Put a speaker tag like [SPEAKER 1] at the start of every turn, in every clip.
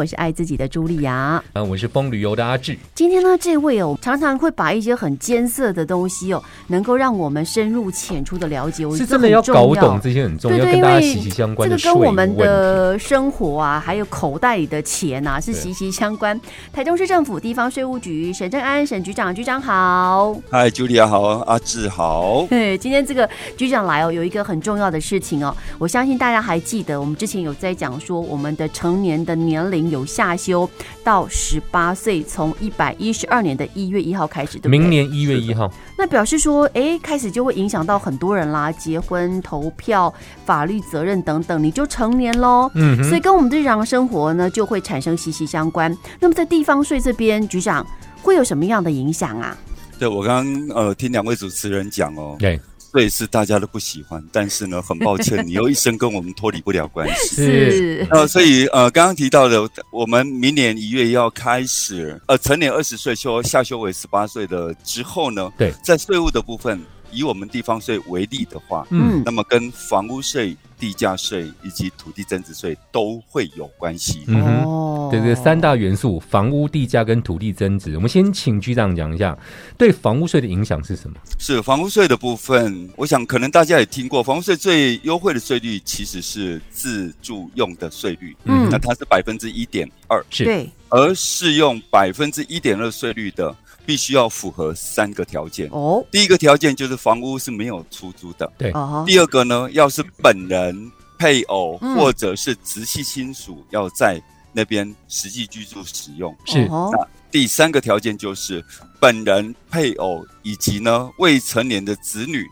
[SPEAKER 1] 我是爱自己的茱莉亚。
[SPEAKER 2] 嗯，我是风旅游的阿志。
[SPEAKER 1] 今天呢，这位哦，常常会把一些很艰涩的东西哦，能够让我们深入浅出的了解，我觉
[SPEAKER 2] 是
[SPEAKER 1] 得
[SPEAKER 2] 真的要
[SPEAKER 1] 很重
[SPEAKER 2] 搞懂这些很重要，
[SPEAKER 1] 对对
[SPEAKER 2] 要跟大家
[SPEAKER 1] 因为
[SPEAKER 2] 息息相
[SPEAKER 1] 这
[SPEAKER 2] 关
[SPEAKER 1] 个
[SPEAKER 2] 的税
[SPEAKER 1] 跟
[SPEAKER 2] 务
[SPEAKER 1] 我
[SPEAKER 2] 问
[SPEAKER 1] 们
[SPEAKER 2] 题。
[SPEAKER 1] 的生活啊，还有口袋里的钱啊，是
[SPEAKER 2] 对
[SPEAKER 1] 息息相关。台中市政府地方税务局沈正安沈局长，局长好。
[SPEAKER 3] 嗨，茱莉亚好，阿志好。
[SPEAKER 1] 对，今天这个局长来哦，有一个很重要的事情哦，我相信大家还记得，我们之前有在讲说，我们的成年的年龄有下修到十八岁，从一百一十二年的一月一号开始，对不对？
[SPEAKER 2] 明年一月一号，
[SPEAKER 1] 那表示说，哎，开始就会影响到很多人啦，结婚、投票、法律责任等等，你就成年喽。
[SPEAKER 2] 嗯
[SPEAKER 1] 所以
[SPEAKER 2] 哼，
[SPEAKER 1] 跟我们的日常生活呢，就会产生息息相关。那么在地方税这边，局长会有什么样的影响啊？
[SPEAKER 3] 对我刚刚呃听两位主持人讲哦，
[SPEAKER 2] 对，
[SPEAKER 3] 税是大家都不喜欢，但是呢，很抱歉，你又一生跟我们脱离不了关系。
[SPEAKER 2] 是
[SPEAKER 3] 呃，所以呃，刚刚提到的，我们明年一月要开始，呃，成年二十岁修下修为十八岁的之后呢，
[SPEAKER 2] 对
[SPEAKER 3] 在税务的部分，以我们地方税为例的话，
[SPEAKER 2] 嗯，
[SPEAKER 3] 那么跟房屋税、地价税以及土地增值税都会有关系。
[SPEAKER 2] 嗯哼。
[SPEAKER 1] 哦
[SPEAKER 2] 对对，三大元素：房屋、地价跟土地增值。我们先请局长讲一下对房屋税的影响是什么？
[SPEAKER 3] 是房屋税的部分，我想可能大家也听过，房屋税最优惠的税率其实是自住用的税率，
[SPEAKER 1] 嗯
[SPEAKER 3] 那它是百分之一点二，
[SPEAKER 2] 是
[SPEAKER 1] 对，
[SPEAKER 3] 而适用百分之一点二税率的，必须要符合三个条件。
[SPEAKER 1] 哦
[SPEAKER 3] 第一个条件就是房屋是没有出租的，
[SPEAKER 1] 哦，
[SPEAKER 3] 第二个呢，要是本人、配偶
[SPEAKER 1] 嗯
[SPEAKER 3] 或者是直系亲属要在那边实际居住使用。
[SPEAKER 2] 是
[SPEAKER 1] 哦
[SPEAKER 3] 第三个条件就是本人、配偶以及呢未成年的子女，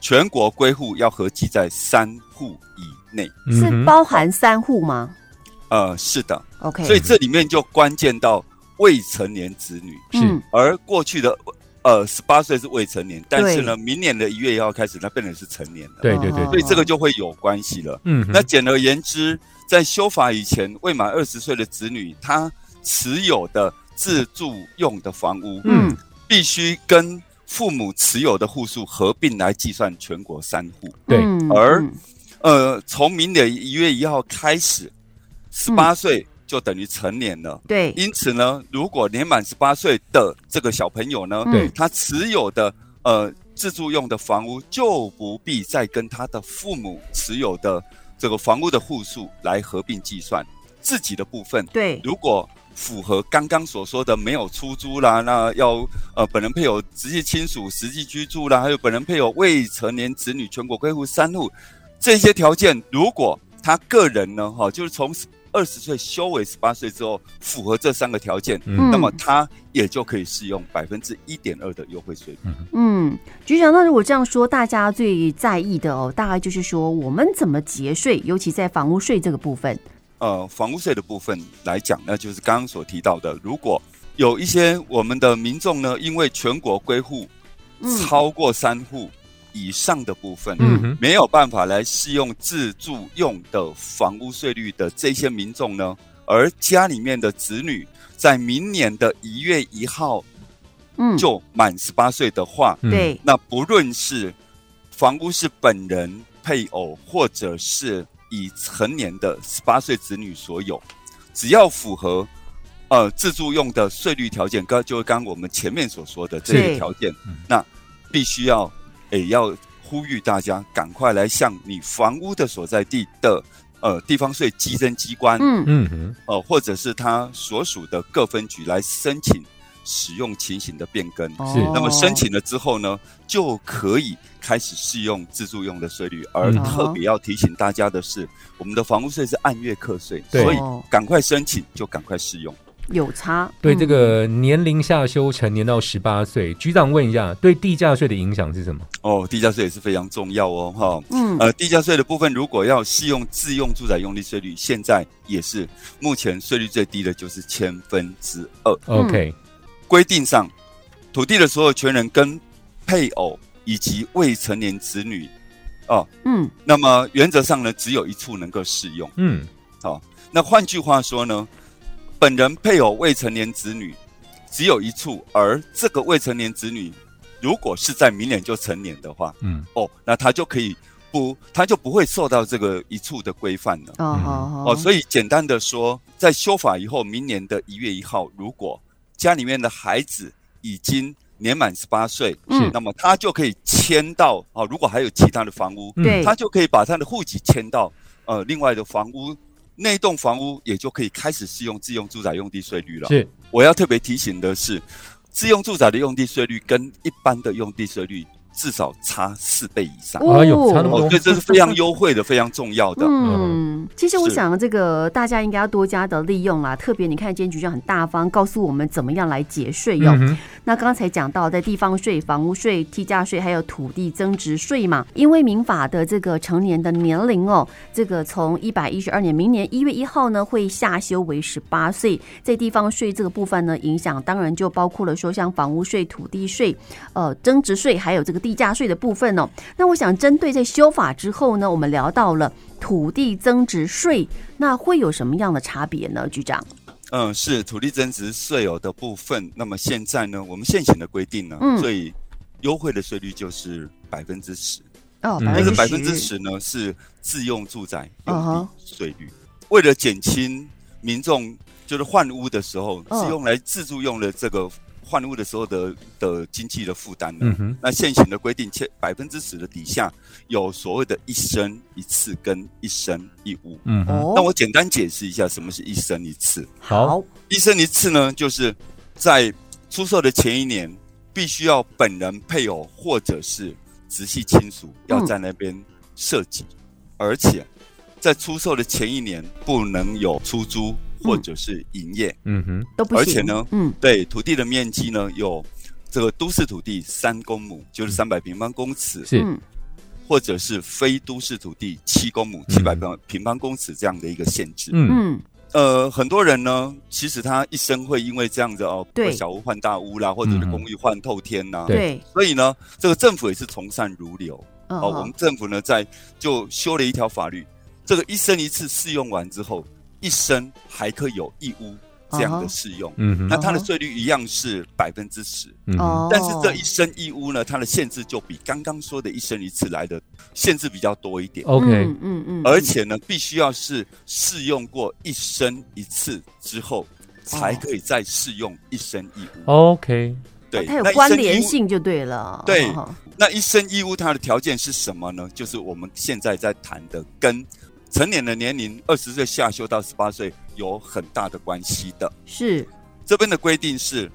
[SPEAKER 3] 全国归户要合计在三户以内。
[SPEAKER 1] 是
[SPEAKER 2] 嗯哼，
[SPEAKER 1] 包含三户吗
[SPEAKER 3] 呃，是的，
[SPEAKER 1] ？OK，
[SPEAKER 3] 所以这里面就关键到未成年子女，
[SPEAKER 1] 嗯
[SPEAKER 3] 而过去的呃十八岁是未成年，但是
[SPEAKER 1] 对
[SPEAKER 3] 呢，明年的一月一号开始，它变成是成年了，
[SPEAKER 2] 对对
[SPEAKER 1] 哦
[SPEAKER 2] 对
[SPEAKER 3] 所
[SPEAKER 2] 对，
[SPEAKER 3] 以这个就会有关系了。
[SPEAKER 2] 嗯哼，
[SPEAKER 3] 那简而言之，在修法以前，未满二十岁的子女，他持有的自住用的房屋，
[SPEAKER 1] 嗯
[SPEAKER 3] 必须跟父母持有的户数合并来计算全国三户。
[SPEAKER 2] 对
[SPEAKER 1] 嗯
[SPEAKER 3] 而
[SPEAKER 1] 嗯
[SPEAKER 3] 呃，从明年一月一号开始，十八岁就等于成年了。
[SPEAKER 1] 对
[SPEAKER 3] 因此呢，如果年满十八岁的这个小朋友呢，
[SPEAKER 1] 嗯
[SPEAKER 2] 对
[SPEAKER 3] 他持有的呃自住用的房屋就不必再跟他的父母持有的这个房屋的户数来合并计算自己的部分。
[SPEAKER 1] 对
[SPEAKER 3] 如果符合刚刚所说的没有出租啦，那要呃本人配偶、直系亲属、实际居住啦，还有本人配偶未成年子女全国归户三户这些条件，如果他个人呢，哈、就是从二十岁修为十八岁之后符合这三个条件，
[SPEAKER 2] 嗯
[SPEAKER 3] 那么他也就可以适用百分之一点二的优惠税率。
[SPEAKER 1] 嗯，局长，那如果这样说，大家最在意的哦，大概就是说我们怎么节税，尤其在房屋税这个部分。
[SPEAKER 3] 呃，房屋税的部分来讲，那就是刚刚所提到的，如果有一些我们的民众呢，因为全国归户
[SPEAKER 1] 嗯
[SPEAKER 3] 超过三户以上的部分，
[SPEAKER 2] 嗯哼，
[SPEAKER 3] 没有办法来适用自住用的房屋税率的这些民众呢，而家里面的子女在明年的一月一号
[SPEAKER 1] 嗯，
[SPEAKER 3] 就满十八岁的话，
[SPEAKER 2] 嗯，
[SPEAKER 1] 对，
[SPEAKER 3] 那不论是房屋是本人、配偶，或者是已成年的十八岁子女所有，只要符合呃自住用的税率条件，刚就是刚我们前面所说的这
[SPEAKER 1] 对
[SPEAKER 3] 些条件
[SPEAKER 2] 嗯，
[SPEAKER 3] 那必须要也要呼吁大家赶快来向你房屋的所在地的呃地方税稽征机关，
[SPEAKER 1] 嗯
[SPEAKER 2] 嗯哼，
[SPEAKER 3] 呃或者是他所属的各分局来申请使用情形的变更。
[SPEAKER 2] 是
[SPEAKER 3] 那么申。
[SPEAKER 1] 哦
[SPEAKER 3] 请了之后呢，就可以开始适用自住用的税率。而
[SPEAKER 2] 嗯
[SPEAKER 3] 特别要提醒大家的是，我们的房屋税是按月课税，
[SPEAKER 2] 对
[SPEAKER 3] 所以
[SPEAKER 1] 哦
[SPEAKER 3] 赶快申请就赶快适用。
[SPEAKER 1] 有差，
[SPEAKER 2] 对
[SPEAKER 1] 嗯
[SPEAKER 2] 这个年龄下修成年到十八岁，局长问一下，对地价税的影响是什么？
[SPEAKER 3] 哦，地价税也是非常重要哦，哈。
[SPEAKER 1] 嗯
[SPEAKER 3] 呃，地价税的部分，如果要适用自用住宅用地税率，现在也是目前税率最低的就是千分之二。
[SPEAKER 1] 嗯
[SPEAKER 2] OK，
[SPEAKER 3] 规定上，土地的所有权人跟配偶以及未成年子女，哦，
[SPEAKER 1] 嗯
[SPEAKER 3] 那么原则上呢，只有一处能够适用。
[SPEAKER 2] 嗯，
[SPEAKER 3] 那换句话说呢，本人配偶未成年子女只有一处，而这个未成年子女如果是在明年就成年的话，
[SPEAKER 2] 嗯，
[SPEAKER 3] 哦，那他就可以。不，他就不会受到这个一处的规范了。
[SPEAKER 1] 哦，
[SPEAKER 2] 嗯
[SPEAKER 1] 好好
[SPEAKER 3] 哦，所以简单的说，在修法以后，明年的一月一号，如果家里面的孩子已经年满十八岁，
[SPEAKER 1] 嗯
[SPEAKER 3] 那么他就可以迁到啊、哦，如果还有其他的房屋，
[SPEAKER 2] 嗯
[SPEAKER 1] 对
[SPEAKER 3] 他就可以把他的户籍迁到呃另外的房屋，那栋房屋也就可以开始适用自用住宅用地税率了。
[SPEAKER 2] 是
[SPEAKER 3] 我要特别提醒的是，自用住宅的用地税率跟一般的用地税率至少差四倍以上。
[SPEAKER 2] 哎呦差那么
[SPEAKER 3] 哦，
[SPEAKER 2] 多
[SPEAKER 3] 对，这是非常优惠的，非常重要的。
[SPEAKER 1] 嗯，其实我
[SPEAKER 3] 是
[SPEAKER 1] 想这个大家应该要多加的利用啦，特别你看今天局长很大方，告诉我们怎么样来节税哟、
[SPEAKER 2] 嗯哼
[SPEAKER 1] 那刚才讲到在地方税、房屋税、地价税，还有土地增值税嘛，因为民法的这个成年的年龄哦，这个从一百一十二年明年一月一号呢会下修为十八岁，在地方税这个部分呢，影响当然就包括了说像房屋税、土地税、呃增值税，还有这个地价税的部分哦。那我想针对在修法之后呢，我们聊到了土地增值税，那会有什么样的差别呢？局长？
[SPEAKER 3] 嗯，是土地增值税额的部分。那么现在呢，我们现行的规定呢，
[SPEAKER 1] 嗯
[SPEAKER 3] 最优惠的税率就是百分之十，
[SPEAKER 1] 哦，
[SPEAKER 2] 嗯
[SPEAKER 1] 百
[SPEAKER 3] 但是百
[SPEAKER 1] 分
[SPEAKER 3] 分
[SPEAKER 1] 之
[SPEAKER 3] 之
[SPEAKER 1] 十，
[SPEAKER 3] 十呢是自用住宅
[SPEAKER 1] 嗯哼
[SPEAKER 3] 用地税率。为了减轻民众就是换屋的时候、
[SPEAKER 1] 嗯
[SPEAKER 3] 是用来自住用的这个换屋的时候的的经济的负担呢，
[SPEAKER 2] 嗯哼
[SPEAKER 3] 那现行的规定，且百分之十的底下有所谓的一生一次跟一生一屋。
[SPEAKER 2] 嗯哼，
[SPEAKER 1] 哦，
[SPEAKER 3] 那我简单解释一下什么是一生一次。
[SPEAKER 2] 好，
[SPEAKER 3] 一生一次呢，就是在出售的前一年，必须要本人配偶或者是直系亲属要在那边涉及，而且在出售的前一年不能有出租或者是营业。
[SPEAKER 2] 嗯哼，
[SPEAKER 1] 都不行。
[SPEAKER 3] 而且呢
[SPEAKER 1] 嗯，
[SPEAKER 3] 对，土地的面积呢有这个都市土地三公亩，就是三百平方公尺，
[SPEAKER 2] 是
[SPEAKER 1] 嗯
[SPEAKER 3] 或者是非都市土地七公亩，七百平平方公尺这样的一个限制。
[SPEAKER 2] 嗯
[SPEAKER 1] 嗯，
[SPEAKER 3] 呃，很多人呢，其实他一生会因为这样子哦，
[SPEAKER 1] 对
[SPEAKER 3] 会小屋换大屋啦，或者是
[SPEAKER 2] 嗯
[SPEAKER 3] 公寓换透天呐、
[SPEAKER 2] 对
[SPEAKER 1] 对，
[SPEAKER 3] 所以呢，这个政府也是从善如流。
[SPEAKER 1] 嗯
[SPEAKER 3] 哦，我们政府呢，在就修了一条法律，这个一生一次适用完之后，一生还可以有一屋这样的适用。
[SPEAKER 2] 嗯
[SPEAKER 3] 那
[SPEAKER 2] 哼，
[SPEAKER 3] 它的
[SPEAKER 1] 嗯哼
[SPEAKER 3] 税率一样是百分之十，
[SPEAKER 2] 嗯哼，
[SPEAKER 1] 哦，
[SPEAKER 3] 但是这一生一屋呢，它的限制就比刚刚说的一生一次来的限制比较多一点。
[SPEAKER 2] ，OK，
[SPEAKER 1] 嗯嗯嗯，
[SPEAKER 3] 而且呢，必须要是试用过一生一次之后，才可以再试用一生一屋。
[SPEAKER 2] OK，
[SPEAKER 1] 哦
[SPEAKER 3] 对，
[SPEAKER 1] 它有
[SPEAKER 3] 那一生
[SPEAKER 1] 关
[SPEAKER 3] 一屋
[SPEAKER 1] 联。性就对了。
[SPEAKER 3] 对
[SPEAKER 1] 哦
[SPEAKER 3] 那一生一屋它的条件是什么呢？就是我们现在在谈的，跟成年的年龄二十岁下修到十八岁有很大的关系的。
[SPEAKER 1] 是
[SPEAKER 3] 这边的规定是，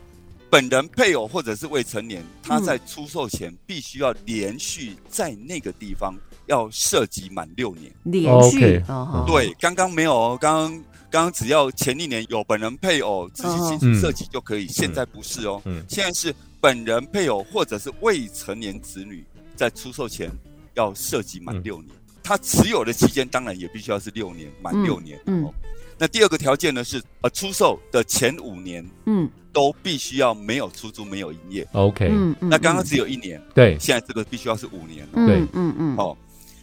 [SPEAKER 3] 本人配偶或者是未成年，他在
[SPEAKER 1] 嗯
[SPEAKER 3] 出售前必须要连续在那个地方要涉及满六年。
[SPEAKER 1] 连续
[SPEAKER 2] OK，
[SPEAKER 1] 哦，
[SPEAKER 3] 对，刚刚没有哦，刚刚刚刚只要前一年有本人配偶自己亲
[SPEAKER 2] 嗯
[SPEAKER 3] 属涉及就可以，现在不是哦，
[SPEAKER 2] 嗯
[SPEAKER 3] 现在是本人配偶或者是未成年子女在出售前要涉及满
[SPEAKER 2] 嗯
[SPEAKER 3] 六年，他持有的期间当然也必须要是六年，满
[SPEAKER 1] 嗯
[SPEAKER 3] 六年。
[SPEAKER 1] 嗯
[SPEAKER 3] 哦，那第二个条件呢是呃出售的前五年
[SPEAKER 1] 嗯
[SPEAKER 3] 都必须要没有出租没有营业，
[SPEAKER 2] ，OK，
[SPEAKER 1] 嗯嗯，
[SPEAKER 3] 那刚
[SPEAKER 1] 嗯
[SPEAKER 3] 刚只有一年，
[SPEAKER 2] 对，
[SPEAKER 3] 现在这个必须要是五年哦。
[SPEAKER 1] 嗯
[SPEAKER 2] 对
[SPEAKER 1] 嗯嗯
[SPEAKER 3] 哦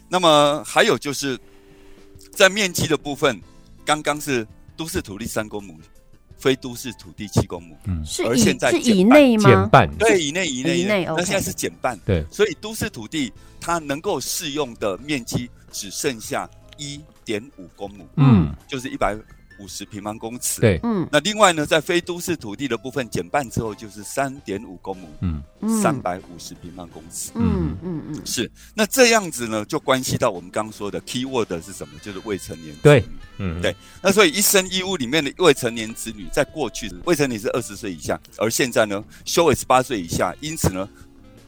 [SPEAKER 3] 那么还有就是，在面积的部分，刚刚是都市土地三公亩，非都市土地七公亩，
[SPEAKER 2] 嗯，
[SPEAKER 1] 是
[SPEAKER 3] 而
[SPEAKER 1] 以
[SPEAKER 3] 现在
[SPEAKER 1] 是
[SPEAKER 3] 减
[SPEAKER 1] 以
[SPEAKER 3] 半
[SPEAKER 1] 内
[SPEAKER 2] 减
[SPEAKER 1] 吗？
[SPEAKER 2] 半，
[SPEAKER 3] 对，以内以内
[SPEAKER 1] 以内
[SPEAKER 3] 那
[SPEAKER 1] OK
[SPEAKER 3] 现在是减半，
[SPEAKER 2] 对，
[SPEAKER 3] 所以都市土地它能够适用的面积只剩下一点五公亩，
[SPEAKER 2] 嗯，
[SPEAKER 3] 就是一百五十平方公尺。。
[SPEAKER 2] 对，
[SPEAKER 1] 嗯
[SPEAKER 3] 那另外呢，在非都市土地的部分减半之后，就是三点五公亩，
[SPEAKER 2] 嗯，
[SPEAKER 1] 嗯
[SPEAKER 3] 三百五十平方公尺。
[SPEAKER 1] 嗯嗯嗯
[SPEAKER 3] 是，那这样子呢，就关系到我们刚刚说的 key word 是什么？就是未成年子女。
[SPEAKER 2] 对嗯，
[SPEAKER 3] 对那所以一生一屋里面的未成年子女，在过去未成年是二十岁以下，而现在呢，修为十八岁以下，因此呢，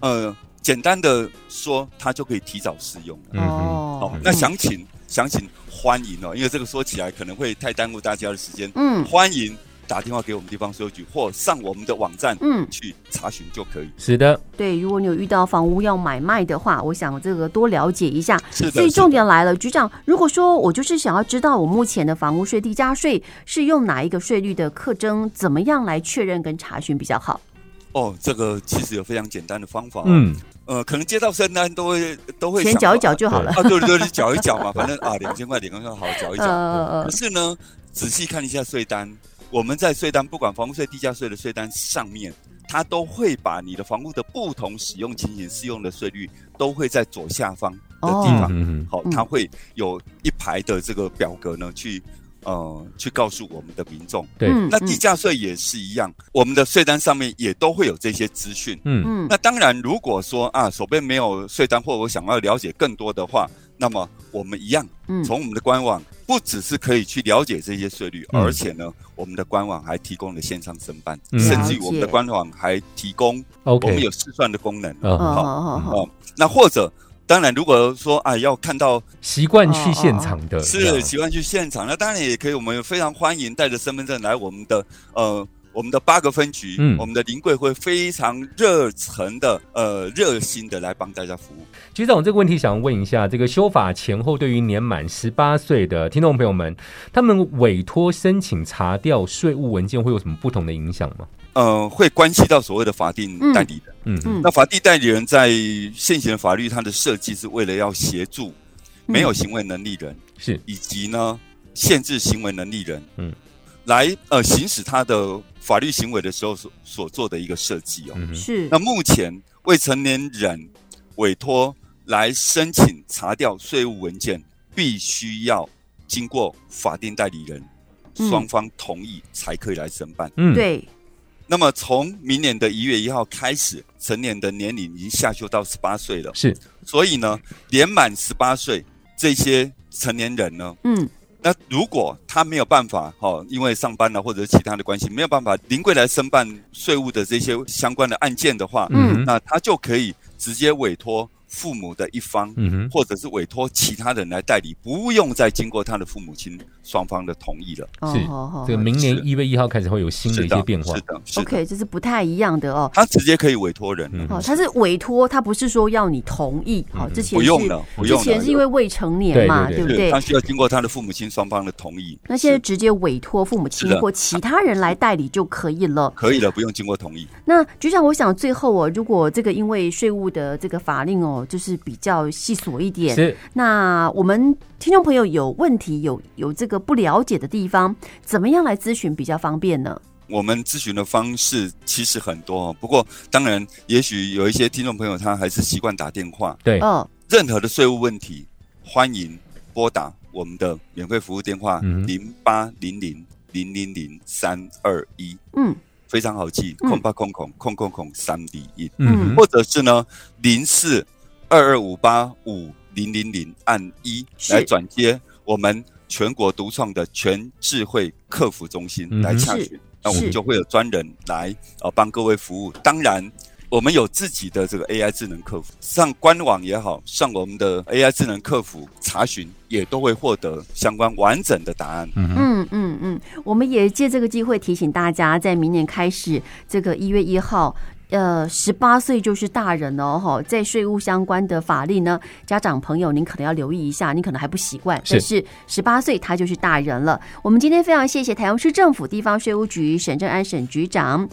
[SPEAKER 3] 呃，简单的说，他就可以提早适用了。
[SPEAKER 1] 嗯
[SPEAKER 2] 嗯
[SPEAKER 3] 哦
[SPEAKER 1] 哦，，
[SPEAKER 3] 那详情详情欢迎哦，因为这个说起来可能会太耽误大家的时间，
[SPEAKER 1] 嗯
[SPEAKER 3] 欢迎打电话给我们地方税务局或上我们的网站
[SPEAKER 1] 嗯。
[SPEAKER 3] 去查询就可以。
[SPEAKER 2] 是的，
[SPEAKER 1] 对，如果你有遇到房屋要买卖的话，我想这个多了解一下。
[SPEAKER 3] 是的
[SPEAKER 1] 所以
[SPEAKER 3] 是的
[SPEAKER 1] 重点来了，局长，如果说我就是想要知道我目前的房屋税、地价税是用哪一个税率的课征，怎么样来确认跟查询比较好？
[SPEAKER 3] 哦，这个其实有非常简单的方法、哦，
[SPEAKER 2] 嗯，
[SPEAKER 3] 呃，可能接到圣诞都会都会
[SPEAKER 1] 钱
[SPEAKER 3] 想
[SPEAKER 1] 缴一
[SPEAKER 3] 到
[SPEAKER 1] 缴就好了。
[SPEAKER 3] 啊，对对对，你缴一缴嘛， 反正啊，两千块两千块好缴一
[SPEAKER 1] 呃
[SPEAKER 3] 缴。
[SPEAKER 1] 呃
[SPEAKER 3] 可，是呢，仔细看一下税单，我们在税单不管房屋税、地价税的税单上面，它都会把你的房屋的不同使用情形适用的税率都会在左下方的地
[SPEAKER 1] 嗯
[SPEAKER 2] 嗯
[SPEAKER 3] 方，
[SPEAKER 2] 嗯
[SPEAKER 3] 好、
[SPEAKER 1] 嗯
[SPEAKER 3] 它会有一排的这个表格呢，去呃去告诉我们的民众。
[SPEAKER 2] 对
[SPEAKER 1] 嗯
[SPEAKER 3] 那地价税也是一样，我们的税单上面也都会有这些资讯。
[SPEAKER 2] 嗯
[SPEAKER 1] 嗯
[SPEAKER 3] 那当然，如果说啊手边没有税单，或我想要了解更多的话，那么我们一样
[SPEAKER 1] 嗯
[SPEAKER 3] 从我们的官网，不只是可以去了解这些税率，
[SPEAKER 2] 嗯
[SPEAKER 3] 而且呢，我们的官网还提供了线上申办，
[SPEAKER 2] 嗯
[SPEAKER 3] 甚至于
[SPEAKER 1] 了解
[SPEAKER 3] 我们的官网还提供我们
[SPEAKER 2] ，OK，
[SPEAKER 3] 有试算的功能。
[SPEAKER 1] 嗯
[SPEAKER 2] 呃，
[SPEAKER 1] 好好好
[SPEAKER 3] 哦，那或者。当然，如果说啊，要看到
[SPEAKER 2] 习惯去现场的
[SPEAKER 3] 哦
[SPEAKER 2] 啊
[SPEAKER 3] 是喜欢去现场，那当然也可以。我们非常欢迎带着身份证来我们的呃我们的八个分局，
[SPEAKER 2] 嗯
[SPEAKER 3] 我们的临柜会非常热诚的呃热心的来帮大家服务。
[SPEAKER 2] 局长，我这个问题想问一下，这个修法前后，对于年满十八岁的听众朋友们，他们委托申请查调税务文件会有什么不同的影响吗？
[SPEAKER 3] 呃，会关系到所谓的法定代理人。
[SPEAKER 2] 嗯
[SPEAKER 1] 嗯
[SPEAKER 3] 那法定代理人在现行的法律，它的设计是为了要协助
[SPEAKER 1] 嗯
[SPEAKER 3] 没有行为能力人，
[SPEAKER 2] 是
[SPEAKER 3] 以及呢限制行为能力人，
[SPEAKER 2] 嗯
[SPEAKER 3] 嗯，来呃行使他的法律行为的时候所所做的一个设计哦。
[SPEAKER 2] 嗯哼
[SPEAKER 1] 是
[SPEAKER 3] 那目前未成年人委托来申请查调税务文件，必须要经过法定代理人
[SPEAKER 1] 嗯
[SPEAKER 3] 双方同意才可以来申办。
[SPEAKER 2] 嗯，
[SPEAKER 1] 对
[SPEAKER 3] 那么从明年的一月一号开始，成年的年龄已经下修到十八岁了。
[SPEAKER 2] 是
[SPEAKER 3] 所以呢，年满十八岁这些成年人呢，
[SPEAKER 1] 嗯
[SPEAKER 3] 那如果他没有办法哈、哦，因为上班了或者其他的关系，没有办法临柜来申办税务的这些相关的案件的话，
[SPEAKER 2] 嗯哼
[SPEAKER 3] 那他就可以直接委托父母的一方，
[SPEAKER 2] 嗯哼
[SPEAKER 3] 或者是委托其他人来代理，不用再经过他的父母亲双方的同意了。
[SPEAKER 1] 哦
[SPEAKER 2] 是
[SPEAKER 1] 好好
[SPEAKER 2] 这个明年一月一号开始会有新的一些变化
[SPEAKER 3] 是，的，是的，
[SPEAKER 1] OK 这是不太一样的哦。
[SPEAKER 3] 他直接可以委托人啊了。
[SPEAKER 2] 嗯
[SPEAKER 1] 哦，他是委托，他不是说要你同意。好，
[SPEAKER 2] 嗯
[SPEAKER 1] 之前
[SPEAKER 3] 不用
[SPEAKER 1] 是
[SPEAKER 3] 了，不
[SPEAKER 1] 之
[SPEAKER 3] 用了。
[SPEAKER 1] 前是因为未成年
[SPEAKER 2] 对
[SPEAKER 1] 嘛，对
[SPEAKER 2] 对对
[SPEAKER 1] 不
[SPEAKER 3] 是
[SPEAKER 1] 对
[SPEAKER 3] 他？需要经过他的父母亲双方的同意。
[SPEAKER 1] 那现在
[SPEAKER 3] 是
[SPEAKER 1] 直接委托父母亲
[SPEAKER 3] 是的
[SPEAKER 1] 或其他人来代理就可以了。
[SPEAKER 3] 可以了，不用经过同意。
[SPEAKER 1] 那局长，我想最后哦，如果这个因为税务的这个法令哦，就是比较细琐一点，
[SPEAKER 2] 是
[SPEAKER 1] 那我们听众朋友有问题有有这个不了解的地方，怎么样来咨询比较方便呢？
[SPEAKER 3] 我们咨询的方式其实很多哦，不过当然，也许有一些听众朋友他还是习惯打电话。
[SPEAKER 2] 对，
[SPEAKER 1] 哦，
[SPEAKER 3] 任何的税务问题，欢迎拨打我们的免费服务电话
[SPEAKER 2] 嗯
[SPEAKER 3] 零八零零零零零三二一，
[SPEAKER 1] 嗯
[SPEAKER 3] 非常好记，
[SPEAKER 1] 嗯
[SPEAKER 3] 空八空空空空空三零一，
[SPEAKER 2] 嗯哼
[SPEAKER 3] 或者是呢零四二二五八五零零零按一
[SPEAKER 1] 是
[SPEAKER 3] 来转接我们全国独创的全智慧客服中心
[SPEAKER 2] 嗯哼
[SPEAKER 3] 来洽
[SPEAKER 1] 是
[SPEAKER 3] 询，那我
[SPEAKER 1] 是
[SPEAKER 3] 们就会有专人来呃帮各位服务。当然。我们有自己的这个 AI 智能客服，上官网也好，上我们的 AI 智能客服查询，也都会获得相关完整的答案。
[SPEAKER 2] 嗯哼
[SPEAKER 1] 嗯嗯嗯，我们也借这个机会提醒大家，在明年开始，这个一月一号。呃，十八岁就是大人了哦，哈，在税务相关的法律呢，家长朋友您可能要留意一下，你可能还不习惯，
[SPEAKER 2] 是
[SPEAKER 1] 但是十八岁他就是大人了。我们今天非常谢谢台湾市政府地方税务局沈正安沈局长，